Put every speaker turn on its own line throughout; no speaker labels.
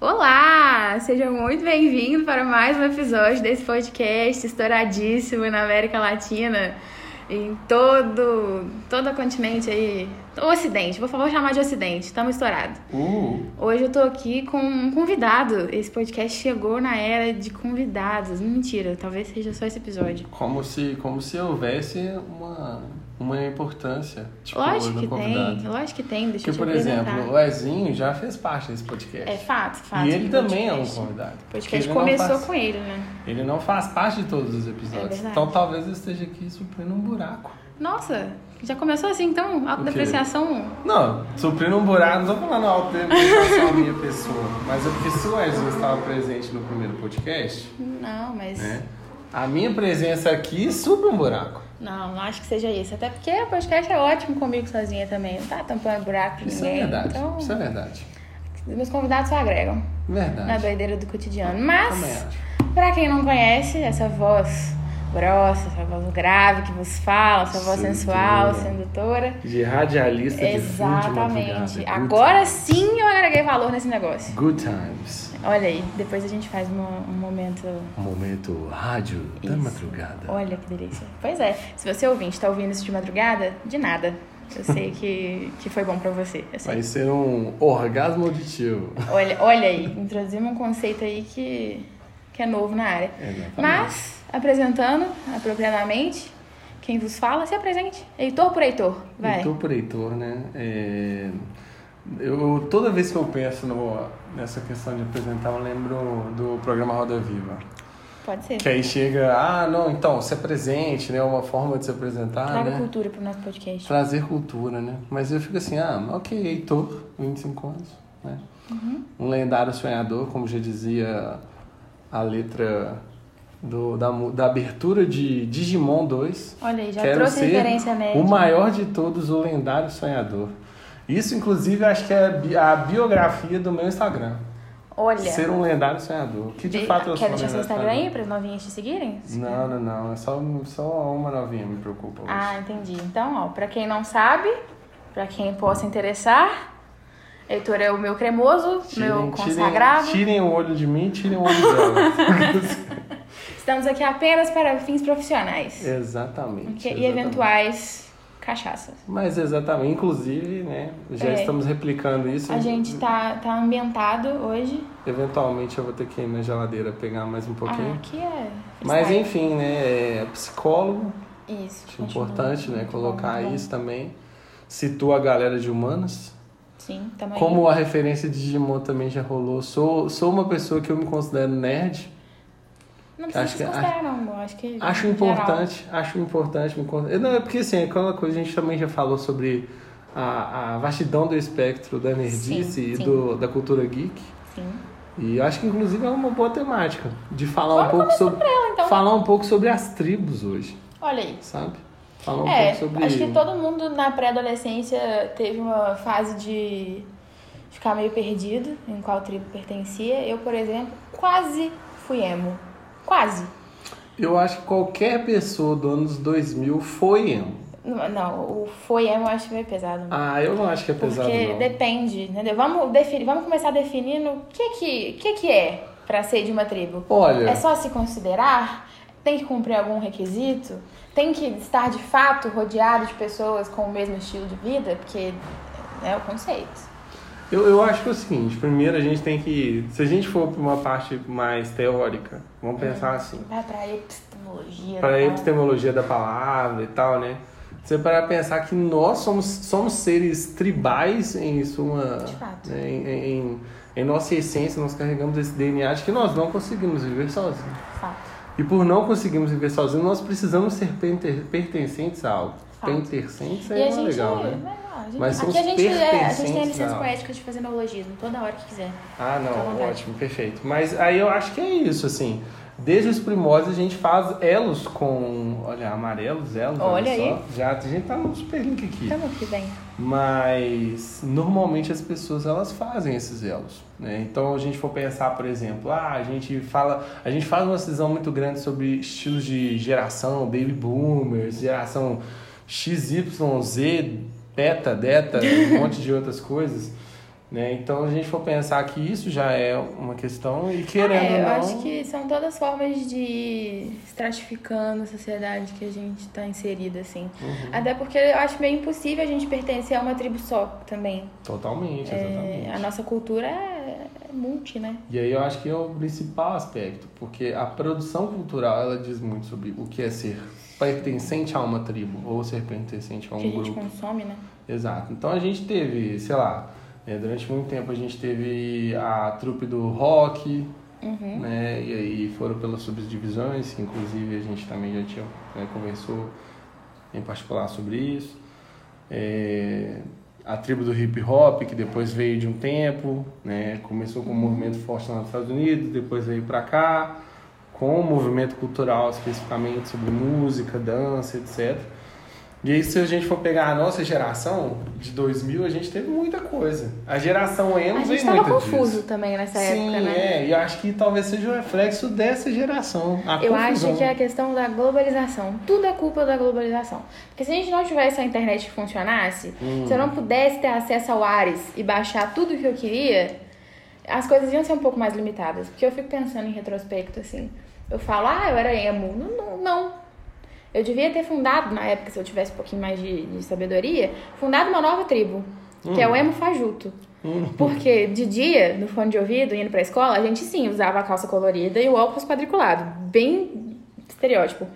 Olá! Seja muito bem-vindo para mais um episódio desse podcast estouradíssimo na América Latina, em todo, todo o continente aí. O Ocidente, vou vou chamar de Ocidente, estamos estourados.
Uh,
Hoje eu tô aqui com um convidado. Esse podcast chegou na era de convidados. Mentira, talvez seja só esse episódio.
como se, como se houvesse uma, uma importância. Tipo,
lógico
no
que
convidado.
tem, lógico que tem, deixa
Porque,
eu te
por
apresentar.
exemplo, o Ezinho já fez parte desse podcast.
É fato, fato.
e ele
o
também é um
podcast-
convidado.
O
porque
podcast
ele
começou
não faz,
com ele, né?
Ele não faz parte de todos os episódios.
verdade.
então talvez eu esteja aqui suprindo um buraco.
Nossa, já começou assim, então, autodepreciação.
Não, suprindo um buraco, não tô falando alto só a minha pessoa. Mas é porque se o Ezinho estava presente no primeiro podcast,
Não, mas.
né? A minha presença aqui supra um buraco.
Não, não acho que seja isso. Até porque o podcast é ótimo comigo sozinha também. Não tá tampando buraco pra
Isso é
ninguém.
verdade.
Então,
Isso é verdade.
meus convidados só agregam
Verdade.
na doideira do cotidiano. Mas.
Também é. acho.
Pra quem não conhece, essa voz grossa, essa voz grave que vos fala, essa voz
Sedutora.
sensual, sedutora.
De radialista de fim
Exatamente.
de madrugada. Good
Agora
times.
sim eu agreguei valor nesse negócio.
Good times.
Olha aí, depois a gente faz um, um momento.
Momento rádio da
Isso.
madrugada.
Olha que delícia. Pois é, se você ouvinte tá ouvindo isso de madrugada, de nada. Eu sei que, que foi bom pra você. Eu sei.
Vai ser um orgasmo auditivo.
Olha, olha aí, introduzimos um conceito aí que, que é novo na área.
Exatamente.
Mas, apresentando apropriadamente, quem vos fala, se apresente. Heitor por Heitor, vai.
Heitor por Heitor, né? É, Eu, toda vez que eu penso no- nessa questão de apresentar, eu lembro do programa Roda Viva.
Pode ser.
Que aí chega, ah, não, então, se apresente, né? Uma forma de se apresentar,
Traga
né? Tá.
cultura pro nosso podcast.
trazer cultura, né? Mas eu fico assim, ah, ok, Heitor, 25 anos, né?
Uhum.
Um lendário sonhador, como já dizia a letra do, da, mu- da abertura de Digimon 2.
Olha aí, já
Quero
trouxe
ser
referência nerd.
O maior de todos, o lendário sonhador. Isso, inclusive, acho que é a bi- a biografia do meu Instagram.
Olha.
Ser um lendário sonhador. Que de fato eu sou
Quer
um
deixar seu
lendário
Instagram aí
sonhador.
para as novinhas te seguirem?
Não, não, não. É só, só uma novinha me preocupa hoje.
Ah, entendi. Então, ó, pra quem não sabe, pra quem possa interessar, Heitor é o meu cremoso, meu consagrado.
Tirem, tirem o olho de mim, tirem o olho dela.
Estamos aqui apenas para fins profissionais
exatamente.
ok? e
É, exatamente.
eventuais cachaças.
Mas exatamente, inclusive, né? Já
É.
estamos replicando isso.
A gente tá, tá ambientado hoje.
Eventualmente eu vou ter que ir na geladeira pegar mais um
Ah,
pouquinho.
aqui é.
Mas
freestyle.
enfim, né? É psicólogo,
Isso.
acho
continua.
importante, né?
Muito bom,
Colocar
muito bom.
isso também. Situa a galera de humanas.
Sim, também.
Como a referência de Digimon também já rolou, sou, sou uma pessoa que eu me considero nerd.
Não precisa
acho
se
que-
considerar, não, amor. Acho que.
Acho
em geral.
importante, acho importante me contar. Não, é porque assim, é aquela coisa a gente também já falou sobre a, a vastidão do espectro da nerdice
Sim,
e
sim.
do- da cultura geek.
Sim.
E acho que inclusive é uma boa temática de falar
Vamos
um pouco sobre
ela, então.
falar um pouco sobre as tribos hoje,
Olha aí.
sabe? Falar um
é,
pouco sobre
acho que todo mundo na pré-adolescência teve uma fase de ficar meio perdido em qual tribo pertencia. Eu, por exemplo, quase fui emo. Quase.
Eu acho que qualquer pessoa do anos 2000 foi emo.
Não, não, o foi emo eu acho meio pesado.
Ah, eu não acho que é pesado
porque
não.
depende, entendeu? Vamos, definir, vamos começar definindo o que que, que, que é pra ser de uma tribo.
Olha,
É só se considerar? Tem que cumprir algum requisito? Tem que estar de fato rodeado de pessoas com o mesmo estilo de vida? Porque é o conceito.
Eu, eu acho que é o seguinte, primeiro a gente tem que. Se a gente for para uma parte mais teórica, vamos
É.
pensar assim.
Vai pra epistemologia.
Para a
né?
epistemologia da palavra e tal, né? Você para pensar que nós somos, somos seres tribais em sua.
De fato.
né, Em, em, em nossa essência, nós carregamos esse DNA de que nós não conseguimos viver sozinhos.
Fato.
E por não conseguirmos viver sozinhos, nós precisamos ser pente- pertencentes a algo.
Fato.
Pertencentes
e
é
a gente.
legal,
é,
né?
mas não, a gente-
Mas são
aqui a
os né?
gente, é, a gente tem
pertencentes
licença
da-
poética de fazer neologismo toda hora que quiser. Fica
Ah,
à
não,
vontade.
ótimo, perfeito. Mas aí eu acho que é isso, assim. Desde os primórdios a gente faz elos com. Olha, amarelos, elos.
Olha aí.
Só. Já, a gente tá no super link aqui.
Tamo que vem.
Mas normalmente as pessoas elas fazem esses elos, né? Então a gente for pensar, por exemplo, ah, a gente fala, a gente faz uma cisão muito grande sobre estilos de geração, baby boomers, geração XYZ, beta, delta, um monte de outras coisas. Né? Então, a gente for pensar que isso já é uma questão e querendo
é, eu
ou não...
acho que são todas formas de ir estratificando a sociedade que a gente tá inserida, assim.
Uhum.
Até porque eu acho meio impossível a gente pertencer a uma tribo só também.
Totalmente, exatamente.
É, a nossa cultura é é multi, né?
E aí eu acho que é o principal aspecto, porque a produção cultural ela diz muito sobre o que é ser pertencente a uma tribo ou ser pertencente a um
que a gente
grupo.
consome, né?
Exato. Então a gente teve, sei lá, né, durante muito tempo a gente teve a trupe do rock,
Uhum.
né? E aí foram pelas subdivisões, que inclusive a gente também já tinha né, conversou em particular sobre isso. É, a tribo do hip hop, que depois veio de um tempo, né? Começou com um movimento forte lá nos Estados Unidos, depois veio pra cá, com o movimento cultural especificamente sobre música, dança, etc. E aí, se a gente for pegar a nossa geração, de 2000, a gente teve muita coisa. A geração emo
A gente
veio
tava
muito
confuso
disso.
também nessa
Sim,
época, né?
é. E eu acho que talvez seja um reflexo dessa geração. A
Eu
confusão.
acho que é a questão da globalização. Tudo é culpa da globalização. Porque se a gente não tivesse a internet que funcionasse, se eu
Hum.
não pudesse ter acesso ao Ares e baixar tudo que eu queria, as coisas iam ser um pouco mais limitadas. Porque eu fico pensando em retrospecto, assim. Eu falo, ah, eu era emo. Não, não, não. Eu devia ter fundado, na época, se eu tivesse um pouquinho mais de, de sabedoria, fundado uma nova tribo, que
Hum.
é o emo fajuto. Porque de dia, no fone de ouvido, indo pra escola, a gente sim usava a calça colorida e o óculos quadriculado. Bem estereótipo.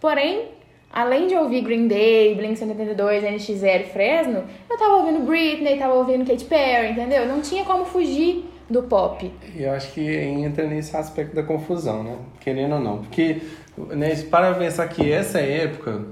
Porém, além de ouvir Green Day, Blink-182, NX0 e Fresno, eu tava ouvindo Britney, tava ouvindo Katy Perry, entendeu? Não tinha como fugir do pop.
E eu acho que entra nesse aspecto da confusão, né? Querendo ou não. Porque, né, para pensar que essa época,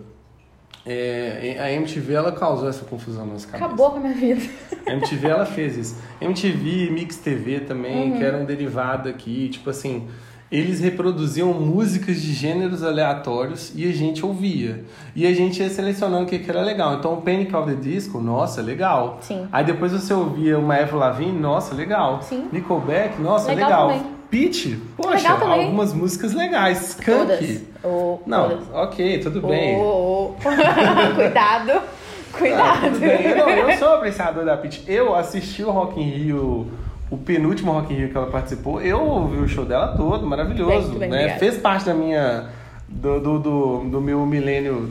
é, a MTV ela causou essa confusão nas cabeças.
Acabou com a minha vida.
A MTV ela fez isso. MTV e Mix TV também,
Uhum.
que eram derivado aqui, tipo assim, eles reproduziam músicas de gêneros aleatórios e a gente ouvia. E a gente ia selecionando o que, que era legal. Então, o Panic of the Disco, nossa, legal.
Sim.
Aí depois você ouvia uma Avril Lavigne, nossa, legal.
Sim.
Nickelback, nossa,
Legal
legal.
também.
Pitch, poxa,
Legal também.
algumas músicas legais.
Todas.
Skunk.
Oh,
Não,
todas.
ok, tudo
Oh,
bem.
oh, oh. Cuidado.
Ah, tudo
Cuidado.
bem. Não, eu sou apreciador da Pitty. Eu assisti o Rock in Rio, o penúltimo Rock in Rio que ela participou. Eu ouvi o show dela todo, maravilhoso.
Muito bem,
né?
obrigada.
Fez parte da minha... Do, do, do, do meu milênio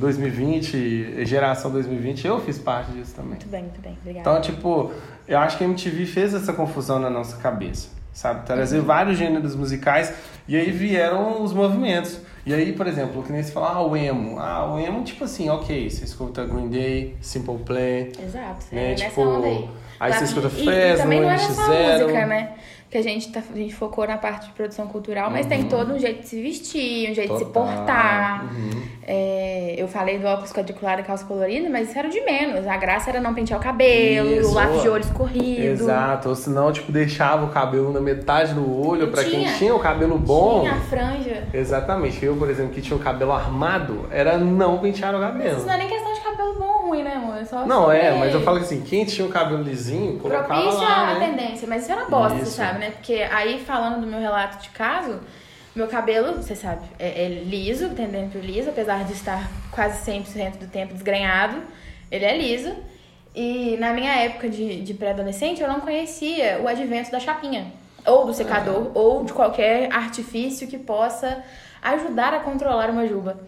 2020, geração 2020. Eu fiz parte disso também.
Muito bem, muito bem. Obrigada.
Então, tipo, eu acho que a MTV fez essa confusão na nossa cabeça, sabe? Trazer vários gêneros musicais e aí vieram os movimentos. E aí, por exemplo, que nem se fala, ah, o emo. Ah, o emo, tipo assim, ok, você escuta Green Day, Simple Plan,
Exato,
né?
é nessa
tipo,
onda aí.
aí você
Tá,
escuta
e- e
Fresno,
também não era só a
NX0.
música, né? Que a gente, tá, a gente focou na parte de produção cultural, mas tem todo um jeito de se vestir, um jeito de se
Uhum. Total.
portar.
Uhum.
É, eu falei do óculos quadriculado e calça colorida, mas isso era o de menos. A graça era não pentear o cabelo,
Isso.
o lápis de olho escorrido.
Exato, ou senão, tipo, deixava o cabelo na metade do olho
Não
pra quem
tinha.
tinha o cabelo bom.
Tinha a franja.
Exatamente. Eu, por exemplo, que tinha o cabelo armado, era não pentear o cabelo.
Isso não é nem questão de cabelo bom ou ruim, né, amor? É só
Não, é,
saber.
mas eu falo assim, quem tinha o cabelo lisinho, colocava
propício
lá,
à
né?
tendência, mas isso era bosta,
Isso.
você sabe, né? Porque aí, falando do meu relato de caso, meu cabelo, você sabe, é, é liso, tendendo pro liso, apesar de estar quase 100% do tempo desgrenhado, ele é liso. E na minha época de, de pré-adolescente, eu não conhecia o advento da chapinha, ou do
Ah.
secador, ou de qualquer artifício que possa ajudar a controlar uma juba.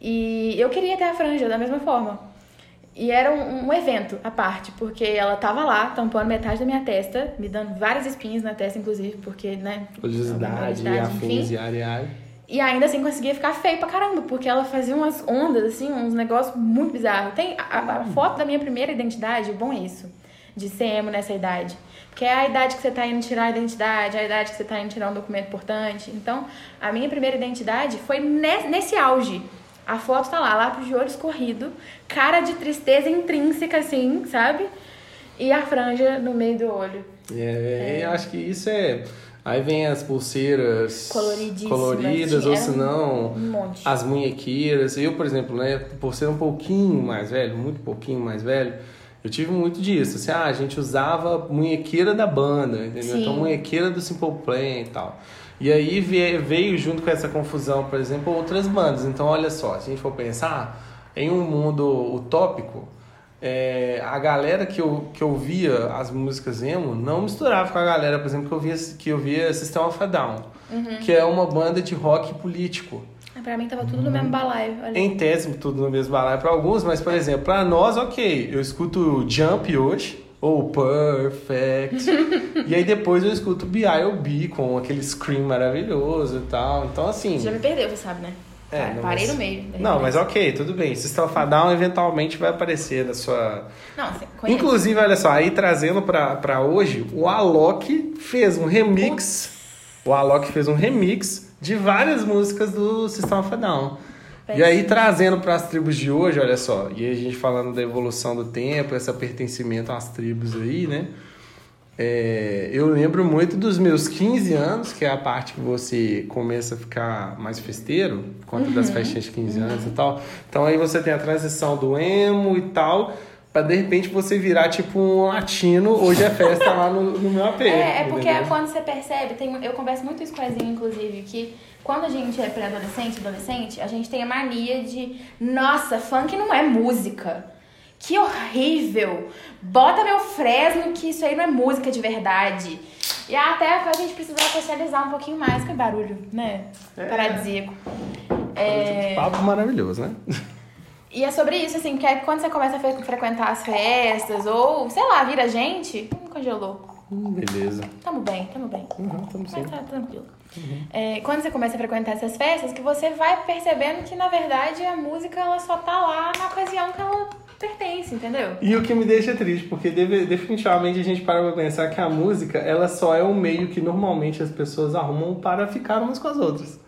E eu queria ter a franja da mesma forma. E era um, um evento à parte, porque ela tava lá, tampando metade da minha testa, me dando várias espinhas na testa, inclusive, porque, né?
Oleosidade,
oleosidade,
afins
enfim.
e areais.
E ainda assim conseguia ficar feio pra caramba, porque ela fazia umas ondas, assim, uns negócios muito bizarros. Tem a- a, a
Uhum.
foto da minha primeira identidade, o bom é isso, de ser emo nessa idade. Porque é a idade que você tá indo tirar a identidade, é a idade que você tá indo tirar um documento importante. Então, a minha primeira identidade foi ne- nesse auge. A foto tá lá, lápis de olho escorrido, cara de tristeza intrínseca, assim, sabe? E a franja no meio do olho.
É, Eu acho que isso é. Aí vem as pulseiras
Coloridíssimas,
coloridas,
tinha- era
ou
um-
se não,
um monte.
as munhequeiras. Eu, por exemplo, né, por ser um pouquinho mais velho, muito pouquinho mais velho, eu tive muito disso. Assim, ah, a gente usava munhequeira da banda, entendeu?
Sim.
Então, munhequeira do Simple Plan e tal. E aí vie- veio junto com essa confusão, por exemplo, outras bandas. Então, olha só, se a gente for pensar em um mundo utópico, é, a galera que eu, que eu via as músicas emo não misturava com a galera, por exemplo, que eu via, que eu via System of a Down, que é uma banda de rock político.
Ah, Pra mim tava tudo no
Uhum.
mesmo balaio. ali.
Em tese, tudo no mesmo balaio para alguns, mas, por exemplo, para nós, ok, eu escuto Jump hoje, ou Perfect, e aí depois eu escuto B.I.O.B. com aquele scream maravilhoso e tal, então assim...
Você já me perdeu, você sabe, né?
É, não,
Parei
mas-
no meio. de
Não,
repente.
mas ok, tudo bem. System of a Down eventualmente vai aparecer na sua.
Não, você conhece.
Inclusive, olha só, aí trazendo pra, pra hoje, o Alok fez um remix. O Alok fez um remix de várias músicas do System of a Down. E aí, trazendo para as tribos de hoje, olha só, e aí a gente falando da evolução do tempo, esse pertencimento às tribos aí, né? É, eu lembro muito dos meus 15 anos, que é a parte que você começa a ficar mais festeiro, por conta
Uhum.
das festinhas de 15 anos e tal. Então aí você tem a transição do emo e tal, pra de repente você virar tipo um latino, hoje é festa lá no, no meu AP.
É, é porque
entendeu?
quando você percebe, tem, eu converso muito isso com a Zinha, inclusive, que quando a gente é pré-adolescente, adolescente, a gente tem a mania de, nossa, funk não é música. Que horrível! Bota meu fresno que isso aí não é música de verdade. E até a gente precisava socializar um pouquinho mais, que barulho, né?
É.
Paradisíaco. é-
Papo maravilhoso, né?
E é sobre isso, assim, porque aí quando você começa a fre- frequentar as festas, ou, sei lá, vira gente, hum, congelou.
Hum, beleza.
Tamo bem, tamo bem.
Uhum, tamo sim. Uhum.
Mas tá tranquilo. É, quando você começa a frequentar essas festas, que você vai percebendo que, na verdade, a música ela só tá lá na ocasião que ela pertence, entendeu?
E o que me deixa triste, porque deve- definitivamente a gente para pra pensar que a música, ela só é um meio que normalmente as pessoas arrumam para ficar umas com as outras.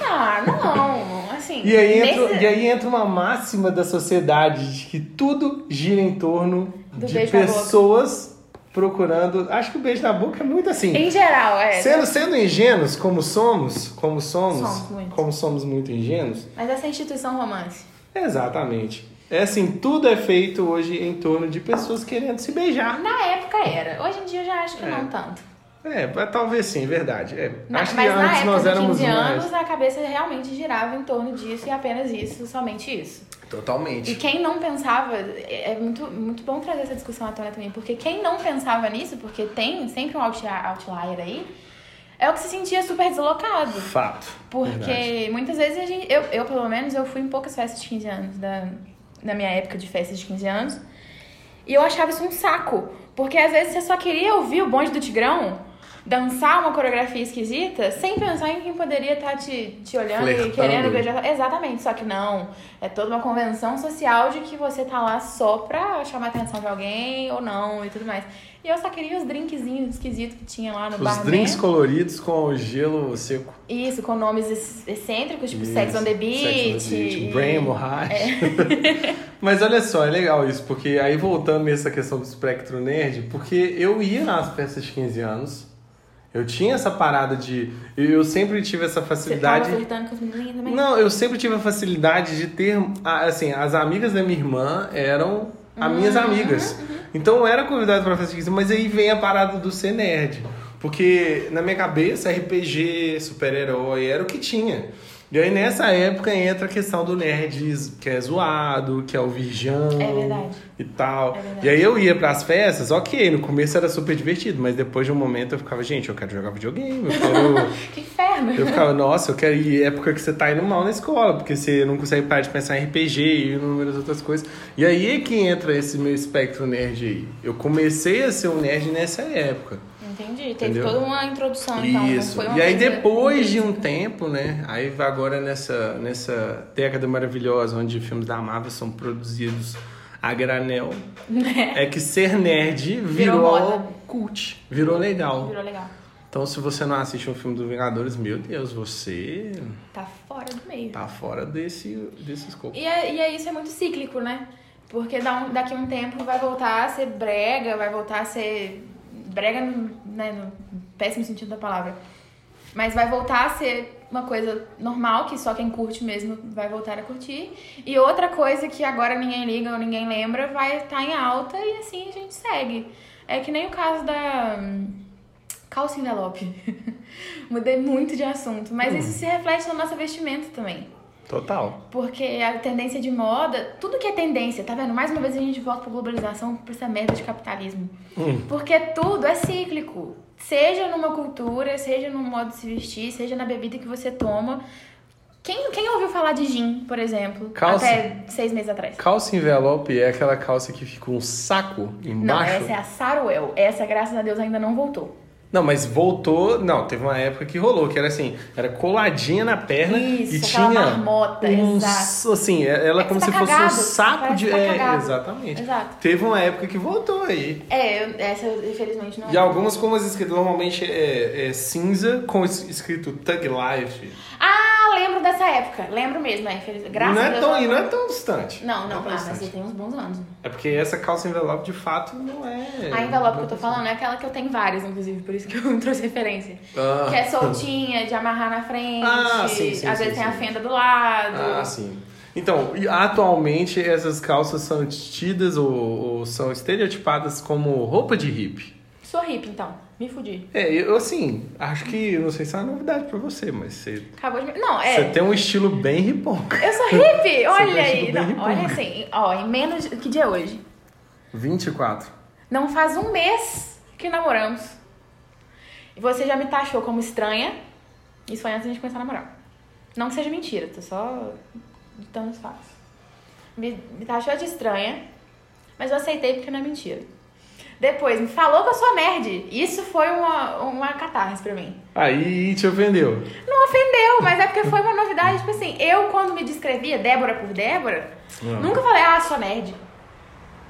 Ah, não, assim...
E aí entra,
nesse-
e aí entra uma máxima da sociedade de que tudo gira em torno
Do
de
beijo na boca.
pessoas procurando. Acho que o beijo na boca é muito assim.
Em geral, é.
Sendo, sendo ingênuos, como somos, como somos,
Somos muito.
como somos muito ingênuos,
Mas essa instituição romance.
exatamente. É assim, tudo é feito hoje em torno de pessoas querendo se beijar.
Na época era. Hoje em dia eu já acho que
Tá. É.
não tanto.
É, mas talvez sim, verdade. É,
Na-
acho que
mas na
antes
época
nós
de
éramos
15
mais.
anos, a cabeça realmente girava em torno disso e apenas isso, somente isso. E
Totalmente.
quem não pensava, é é muito, muito bom trazer essa discussão à tona também, porque quem não pensava nisso, porque tem sempre um outli- outlier aí, é o que se sentia super deslocado.
Fato.
Porque
Verdade.
muitas vezes a gente. Eu, eu, pelo menos, eu fui em poucas festas de 15 anos, da, na minha época de festas de 15 anos. E eu achava isso um saco. Porque às vezes você só queria ouvir o bonde do Tigrão dançar uma coreografia esquisita sem pensar em quem poderia estar te, te olhando e
Flertando.
querendo beijar. Exatamente, só que não. É toda uma convenção social de que você tá lá só pra chamar a atenção de alguém ou não e tudo mais. E eu só queria os drinkzinhos esquisitos que tinha lá no bar.
Os drinks coloridos com o gelo seco.
Isso, com nomes ex- excêntricos, tipo
Isso.
Sex on the Beach.
Sex on the Beach,
e-
Brain Hot. Mas olha só, é legal isso, porque aí voltando nessa questão do espectro nerd, porque eu ia nas festas de 15 anos, eu tinha essa parada de. Eu eu sempre tive
Você
essa
tava
facilidade.
flertando com as menininhas também?
Não, eu sempre tive a facilidade de ter. ah, Assim, as amigas da minha irmã eram as
Uhum.
minhas amigas. Então eu era convidado pra festa de 15, mas aí vem a parada do ser nerd. Porque na minha cabeça, RPG, super-herói, era o que tinha. E aí nessa época entra a questão do nerd que é zoado, que é o virgão.
É verdade.
E tal.
É verdade.
e aí eu ia pras festas, ok, no começo era super divertido, mas depois de um momento eu ficava, gente, eu quero jogar videogame, eu quero.
Que inferno!
Eu ficava, nossa, eu quero ir época que você tá indo mal na escola, porque você não consegue parar de pensar em RPG e inúmeras outras coisas. E aí é que entra esse meu espectro nerd aí. Eu comecei a ser um nerd nessa época.
Entendi. Teve
Entendeu?
toda uma introdução, então. não
Isso.
foi uma
E aí
coisa
depois de um
intrínseca.
tempo, né? Aí vai agora nessa, nessa década maravilhosa, onde filmes da Marvel são produzidos a granel, é que ser nerd
Virou
virou
moda.
cult, virou legal.
Virou legal.
Então se você não assiste um filme do Vingadores, meu Deus, você
Tá fora do meio.
Tá fora desse, desse escopo.
E, é, e é isso é muito cíclico, né? Porque dá um- daqui a um tempo vai voltar a ser brega, vai voltar a ser. Brega no, né, no péssimo sentido da palavra. Mas vai voltar a ser uma coisa normal, que só quem curte mesmo vai voltar a curtir. E outra coisa que agora ninguém liga ou ninguém lembra vai estar em alta e assim a gente segue. É que nem o caso da. hum, Calça envelope. Mudei muito de assunto, mas isso se reflete na nossa vestimenta também.
Total.
Porque a tendência de moda, tudo que é tendência, tá vendo? Mais uma vez a gente volta pra globalização, pra essa merda de capitalismo.
Hum.
Porque tudo é cíclico. Seja numa cultura, seja num modo de se vestir, seja na bebida que você toma. Quem, quem ouviu falar de gin, por exemplo,
Calça.
até seis meses atrás?
Calça envelope é aquela calça que fica um saco
Não,
embaixo.
essa é a Saruel. Essa, graças a Deus, ainda não voltou.
Não, mas voltou. Não, teve uma época que rolou, que era assim, era coladinha na perna
Isso,
e
aquela
tinha.
marmota,
um,
exato.
Assim, é- ela
É que
como
tá
se
cagado,
fosse um saco
parece
de.
que tá
é,
cagado.
exatamente.
Exato.
Teve uma época que voltou aí.
É, eu- essa eu, infelizmente não é.
E algumas, como as escritas normalmente é, é cinza com es- escrito Thug Life.
Ah, lembro dessa época. Lembro mesmo, é, infeliz... graças
não
a
é
Deus.
tão, e não é tão distante.
Não, não,
é tão
ah, mas
distante.
você tem uns bons anos.
É porque essa calça envelope de fato não é.
A envelope que eu tô falando é aquela que eu tenho várias, inclusive, por isso que eu trouxe referência.
Ah.
Que é soltinha, de amarrar na frente,
Ah, sim, sim,
às
sim,
vezes tem
sim.
a fenda do lado.
Ah, sim. Então, e atualmente essas calças são tidas ou, ou são estereotipadas como roupa de hippie.
Sou hippie, então. Me fudi.
É, eu assim, acho que, não sei se é uma novidade pra você, mas você,
Acabou de me... Não, é...
você tem um estilo bem riponca.
Eu sou hippie!
Você
Olha
tá
aí!
sendo bem
Não, olha
hippie.
assim, ó, em menos... de- Que dia é hoje?
24.
Não faz um mês que namoramos. E você já me taxou como estranha. Isso foi antes da gente começar a namorar. Não que seja mentira, tô só ditando os fatos. Me, me taxou de estranha, mas eu aceitei porque não é mentira. Depois, me falou que eu sou nerd. Isso foi uma, uma catarse pra mim.
Aí te ofendeu.
Não ofendeu, mas é porque foi uma novidade. Tipo assim, eu quando me descrevia Débora por Débora,
Hum.
nunca falei, ah, sou nerd.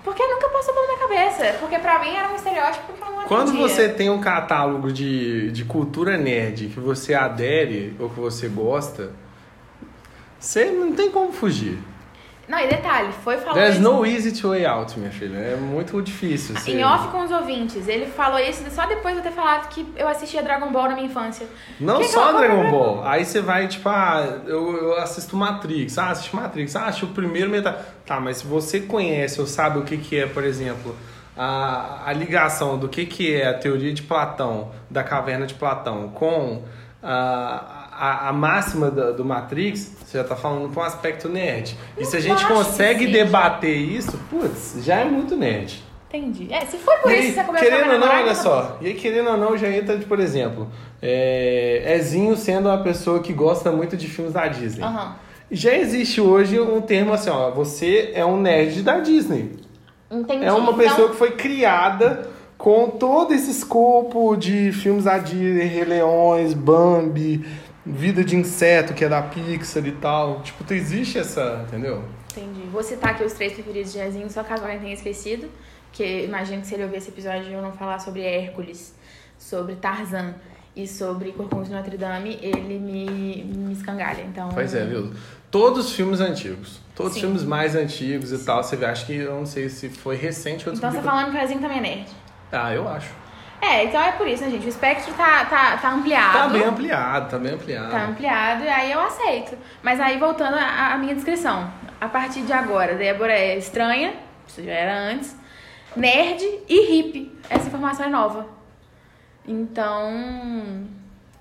Porque nunca passou pela minha cabeça. Porque pra mim era um estereótipo que eu não
Quando
atendia.
você tem um catálogo de, de cultura nerd que você adere ou que você gosta, você não tem como fugir.
Não, e detalhe, foi falando
There's
isso
no easy way out, minha filha. É muito difícil. você-
em off com os ouvintes. Ele falou isso só depois de eu ter falado que eu assistia Dragon Ball na minha infância.
Não
Que
só
que eu-
Dragon Ball. Aí você vai, tipo, ah, eu, eu assisto Matrix. Ah, assisto Matrix. Ah, acho o primeiro metade. Tá, mas se você conhece ou sabe o que, que é, por exemplo, a, a ligação do que, que é a teoria de Platão, da caverna de Platão, com a, a, a máxima da- do Matrix, você já tá falando com um aspecto nerd. E se a gente
acho que
consegue
sim.
debater isso, putz, já é muito nerd.
Entendi. É, se foi por
E
isso
aí,
que você começou a
querendo ou não,
namorar,
olha
então-
só. E aí, querendo ou não, já entra, de, por exemplo, é... Ezinho sendo uma pessoa que gosta muito de filmes da Disney.
Aham.
Já existe hoje um termo assim, ó, você é um nerd da Disney.
Entendi.
É uma
Então,
pessoa que foi criada com todo esse escopo de filmes da Disney, Rei Leões, Bambi, Vida de Inseto, que é da Pixar e tal. Tipo, tu existe essa, entendeu?
Entendi. Vou citar aqui os três preferidos de Jazinho, só caso alguém tenha esquecido. Porque imagino que se ele ouvir esse episódio e eu não falar sobre Hércules, sobre Tarzan e sobre Corcunda de Notre Dame, ele me, me escangalha. Então,
Pois é, viu? Todos os filmes antigos. Todos os
Sim.
filmes mais antigos e tal. Você vê, acho que eu não sei se foi recente ou
Então você
descobri-
tá falando que o Jazinho também é nerd.
Ah, eu acho.
É, então é por isso, né, gente? O espectro tá, tá, tá ampliado.
Tá bem ampliado, tá bem ampliado.
Tá ampliado, e aí eu aceito. Mas aí, voltando à à minha descrição. A partir de agora, Débora é estranha, isso já era antes, nerd e hippie. Essa informação é nova. Então...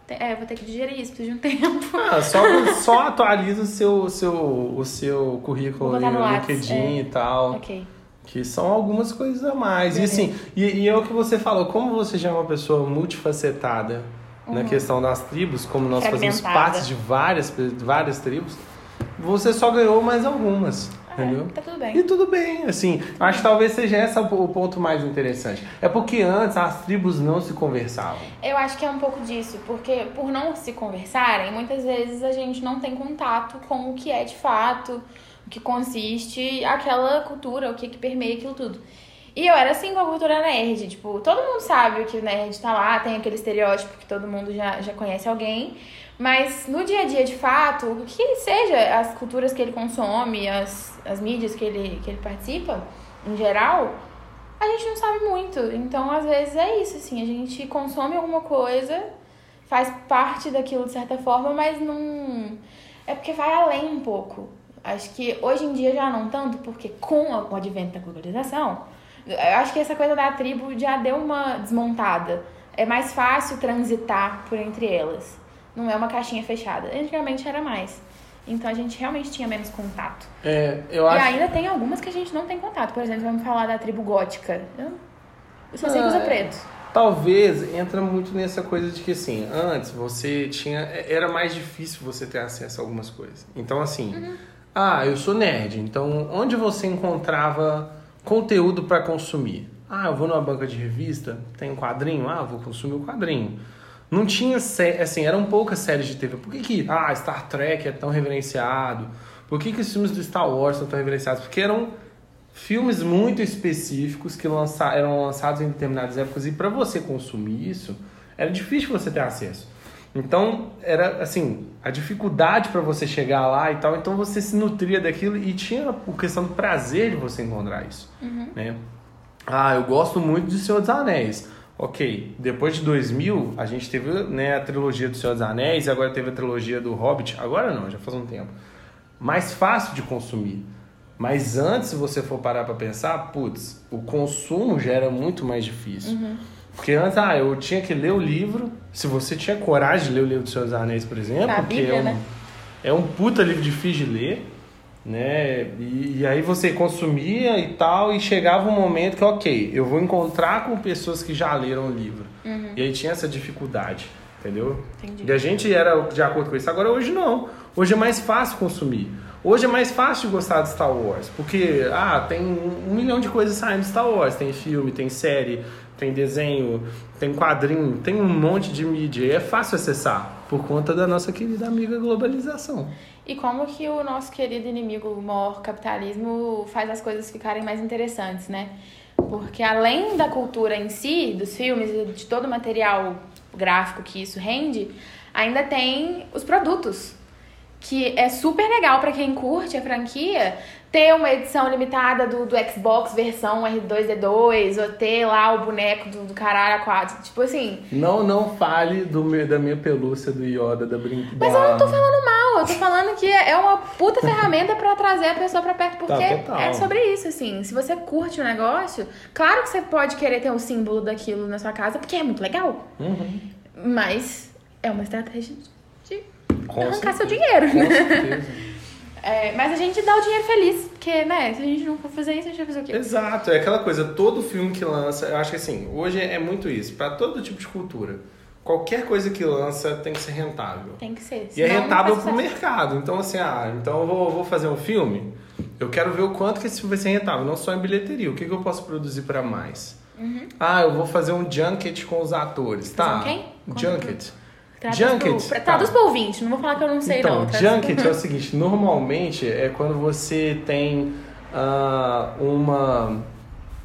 te- É, eu vou ter que digerir isso, preciso de um tempo.
Ah, só, só atualiza o seu, o seu, o seu currículo
Vou
ali
botar
no
no é.
LinkedIn e tal.
ok.
Que são algumas coisas a mais. E assim, e, e é o que você falou, como você já é uma pessoa multifacetada na questão das tribos, como nós fazemos
Uhum. Fragmentada.
parte de várias, várias tribos, você só ganhou mais algumas. Entendeu?
É, tá tudo
E
bem.
tudo bem, assim, acho que talvez seja esse o ponto mais interessante. É porque antes as tribos não se conversavam.
Eu acho que é um pouco disso, porque por não se conversarem, muitas vezes a gente não tem contato com o que é de fato, o que consiste aquela cultura, o que, que permeia aquilo tudo. E eu era assim com a cultura nerd, tipo, todo mundo sabe que o nerd tá lá, tem aquele estereótipo que todo mundo já, já conhece alguém, mas no dia a dia, de fato, o que seja as culturas que ele consome, as, as mídias que ele, que ele participa, em geral, a gente não sabe muito. Então, às vezes é isso, assim, a gente consome alguma coisa, faz parte daquilo de certa forma, mas não. É porque vai além um pouco. Acho que hoje em dia já não tanto, porque com a- o advento da globalização, eu acho que essa coisa da tribo já deu uma desmontada. É mais fácil transitar por entre elas. Não é uma caixinha fechada. Antigamente era mais. Então a gente realmente tinha menos contato.
É, eu
e
acho.
ainda tem algumas que a gente não tem contato. Por exemplo, vamos falar da tribo gótica. Eu, eu só sei
Ah,
que usa
é.
preto.
Talvez entra muito nessa coisa de que assim, antes você tinha. é, Era mais difícil você ter acesso a algumas coisas. Então, assim, ah, eu sou nerd, então onde você encontrava conteúdo pra consumir? Ah, eu vou numa banca de revista, tem um quadrinho, ah, vou consumir o quadrinho. Não tinha sé- assim, eram poucas séries de TV. Por que, que ah, Star Trek é tão reverenciado? Por que, que os filmes do Star Wars são tão reverenciados? Porque eram filmes muito específicos que lança, eram lançados em determinadas épocas e para você consumir isso era difícil você ter acesso. Então era assim a dificuldade para você chegar lá e tal. Então você se nutria daquilo e tinha a questão do prazer de você encontrar isso,
Uhum.
né? Ah, eu gosto muito de Senhor dos Anéis. Ok, depois de 2000 a gente teve né, a trilogia do Senhor dos Anéis, e agora teve a trilogia do Hobbit. Agora não, já faz um tempo. Mais fácil de consumir. Mas antes, se você for parar pra pensar, putz, o consumo já era muito mais difícil.
Uhum.
Porque antes, ah, eu tinha que ler o livro. Se você tinha coragem de ler o livro do Senhor dos Anéis, por exemplo,
Na
que
Bíblia,
é um,
né?
é um puta livro difícil de ler, né? E, e aí você consumia e tal, e chegava um momento que, ok, eu vou encontrar com pessoas que já leram o livro. E aí tinha essa dificuldade, entendeu?
Entendi.
E a gente era de acordo com isso. Agora hoje não. Hoje é mais fácil consumir. Hoje é mais fácil gostar de Star Wars, porque ah, tem um um milhão de coisas saindo de Star Wars. Tem filme, tem série, tem desenho, tem quadrinho, tem um monte de mídia. E é fácil acessar por conta da nossa querida amiga globalização.
E como que o nosso querido inimigo, o maior capitalismo, faz as coisas ficarem mais interessantes, né? Porque além da cultura em si, dos filmes e de todo o material gráfico que isso rende, ainda tem os produtos. Que é super legal pra quem curte a franquia ter uma edição limitada do, do Xbox versão R2D2, ou ter lá o boneco do, do caralho 4. Tipo assim,
Não, não fale do meu, da minha pelúcia do Yoda da brincadeira.
Mas eu não tô falando mal, eu tô falando que é uma puta ferramenta pra trazer a pessoa pra perto, porque
Tá, total.
é sobre isso, assim. Se você curte o negócio, claro que você pode querer ter um símbolo daquilo na sua casa, porque é muito legal.
Uhum.
Mas é uma estratégia de arrancar seu dinheiro,
Com
né?
certeza.
É, mas a gente dá o dinheiro feliz, porque, né, se a gente não for fazer isso, a gente vai fazer o quê?
Exato, é aquela coisa, todo filme que lança, eu acho que assim, hoje é muito isso, pra todo tipo de cultura. Qualquer coisa que lança tem que ser rentável.
Tem que ser.
E é
senão não
rentável
faz
pro
sucesso.
mercado. Então, assim, ah, então eu vou, vou fazer um filme, eu quero ver o quanto que esse filme vai ser rentável, não só em bilheteria, o que, que eu posso produzir pra mais. Ah, eu vou fazer um junket com os atores, tá?
Uhum. um quem? Conta
Junket.
Traduz
Junket,
Pro, pra-
tá.
traduz pro ouvinte, não vou falar que eu não sei,
então,
não. Traduz pro-
junket é o seguinte, normalmente é quando você tem ah, uma,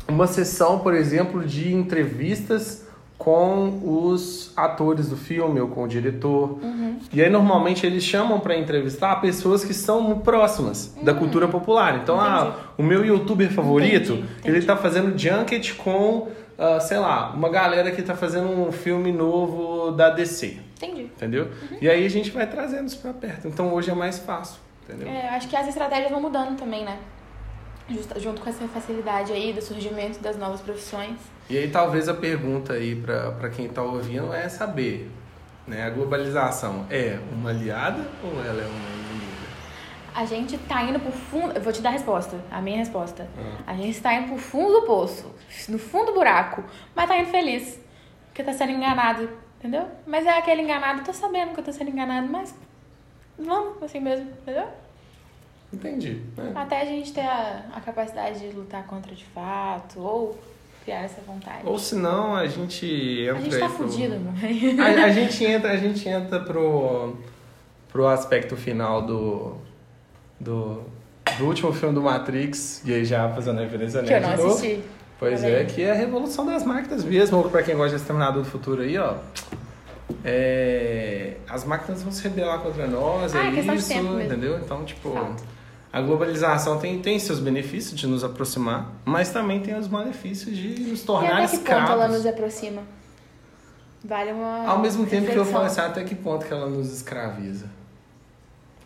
uma sessão, por exemplo, de entrevistas com os atores do filme ou com o diretor.
Uhum.
E aí normalmente eles chamam para entrevistar pessoas que são próximas da cultura popular. Então, ah,
Hum. Entendi.
o meu youtuber favorito,
Entendi, entendi.
ele tá fazendo junket com, ah, sei lá, uma galera que tá fazendo um filme novo da DC
Entendi.
entendeu? E aí a gente vai trazendo isso pra perto. Então hoje é mais fácil, entendeu?
É, eu acho que as estratégias vão mudando também, né? Justa- junto com essa facilidade aí do surgimento das novas profissões.
E aí talvez a pergunta aí pra pra quem tá ouvindo é saber, né? A globalização é uma aliada ou ela é uma inimiga?
A gente tá indo pro fundo. Eu vou te dar a resposta, a minha resposta.
Ah.
A gente tá indo pro fundo do poço, no fundo do buraco, mas tá indo feliz. Porque tá sendo enganado, entendeu? Mas é aquele enganado, tô sabendo que eu tô sendo enganado, mas vamos assim mesmo, entendeu?
Entendi. né?
Até a gente ter a, a capacidade de lutar contra de fato, ou criar essa vontade.
Ou senão a gente entra.
a gente tá
aí pro-
fudido, mãe.
A, a gente entra, a gente entra pro, pro aspecto final do, do, do último filme do Matrix, e aí já fazendo a referência né?
Que é eu
nerd
não
de novo.
assisti.
Pois
Tá
é,
vendo?
que é a revolução das máquinas mesmo, pra quem gosta de Exterminador do Futuro aí, ó. É, as máquinas vão se rebelar contra nós,
Ah,
é
é questão de
isso,
tempo mesmo.
entendeu? Então, tipo,
Fato.
a globalização tem, tem seus benefícios de nos aproximar, mas também tem os malefícios de nos
E
tornar
até que ponto ela nos
escravos.
aproxima? Vale uma.
Ao mesmo tempo que eu
reflexão.
falo assim, até que ponto que ela nos escraviza?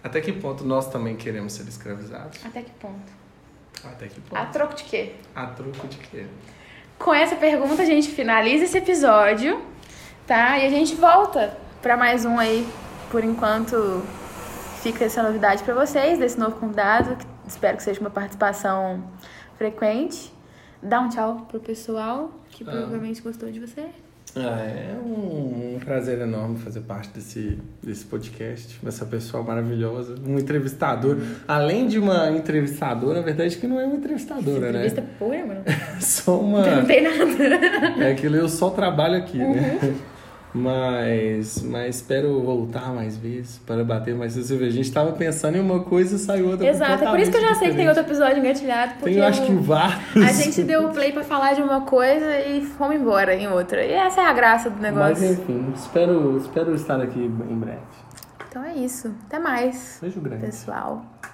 Até que ponto nós também queremos ser escravizados?
Até que ponto?
Até que
A
ponto?
troco de quê?
A troco de quê?
Com essa pergunta a gente finaliza esse episódio, tá? E a gente volta pra mais um aí, por enquanto, fica essa novidade para vocês, desse novo convidado. Que espero que seja uma participação frequente. Dá um tchau pro pessoal que
Ah.
provavelmente gostou de você.
Ah, é um, um prazer enorme fazer parte desse, desse podcast, dessa pessoa maravilhosa, um entrevistador. Além de uma entrevistadora, a verdade é que não é uma entrevistadora, né?
Entrevista pura, mano.
É só uma.
Não tem nada.
É aquilo, eu só trabalho aqui, né?
Uhum.
Mas, mas espero voltar mais vezes para bater mais essa cerveja. A gente tava pensando em uma coisa e saiu outra.
Exato, é por isso que eu já sei que tem outro episódio engatilhado. Porque
Tem, eu acho que
o-
vários.
A gente deu o play pra falar de uma coisa e fomos embora em outra. E essa é a graça do
Mas
negócio.
enfim, espero, espero estar aqui em breve.
Então é isso. Até mais,
Beijo grande.
pessoal.